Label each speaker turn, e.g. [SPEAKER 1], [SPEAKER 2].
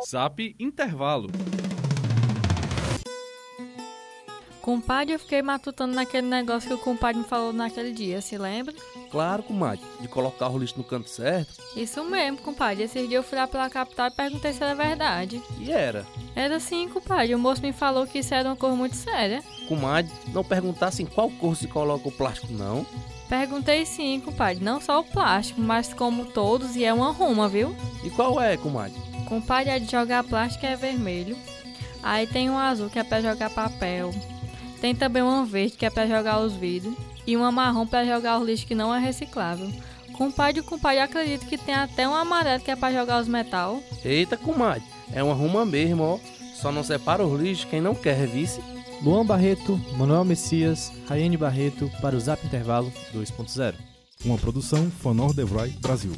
[SPEAKER 1] SAP Intervalo.
[SPEAKER 2] Compadre, eu fiquei matutando naquele negócio que o compadre me falou naquele dia, se lembra?
[SPEAKER 3] Claro, comadre, de colocar o lixo no canto certo.
[SPEAKER 2] Isso mesmo, compadre. Esses dias eu fui lá pela capital e perguntei se era verdade.
[SPEAKER 3] E era.
[SPEAKER 2] Era sim, compadre. O moço me falou que isso era uma coisa muito séria.
[SPEAKER 3] Comadre, não perguntasse em qual cor se coloca o plástico, não.
[SPEAKER 2] Perguntei sim, compadre. Não só o plástico, mas como todos, e é uma ruma, viu?
[SPEAKER 3] E qual é, comadre?
[SPEAKER 2] Compadre, a de jogar plástico é vermelho. Aí tem um azul que é pra jogar papel. Tem também uma verde que é pra jogar os vidros. E uma marrom pra jogar os lixos que não é reciclável. Compadre, compadre, eu acredito que tem até um amarelo que é pra jogar os metal.
[SPEAKER 3] Eita, comadre, é uma ruma mesmo, ó. Só não separa os lixos quem não quer, vice.
[SPEAKER 4] Luan Barreto, Manuel Messias, Rayane Barreto para o Zap Intervalo 2.0.
[SPEAKER 5] Uma produção Fanor Devroy Brasil.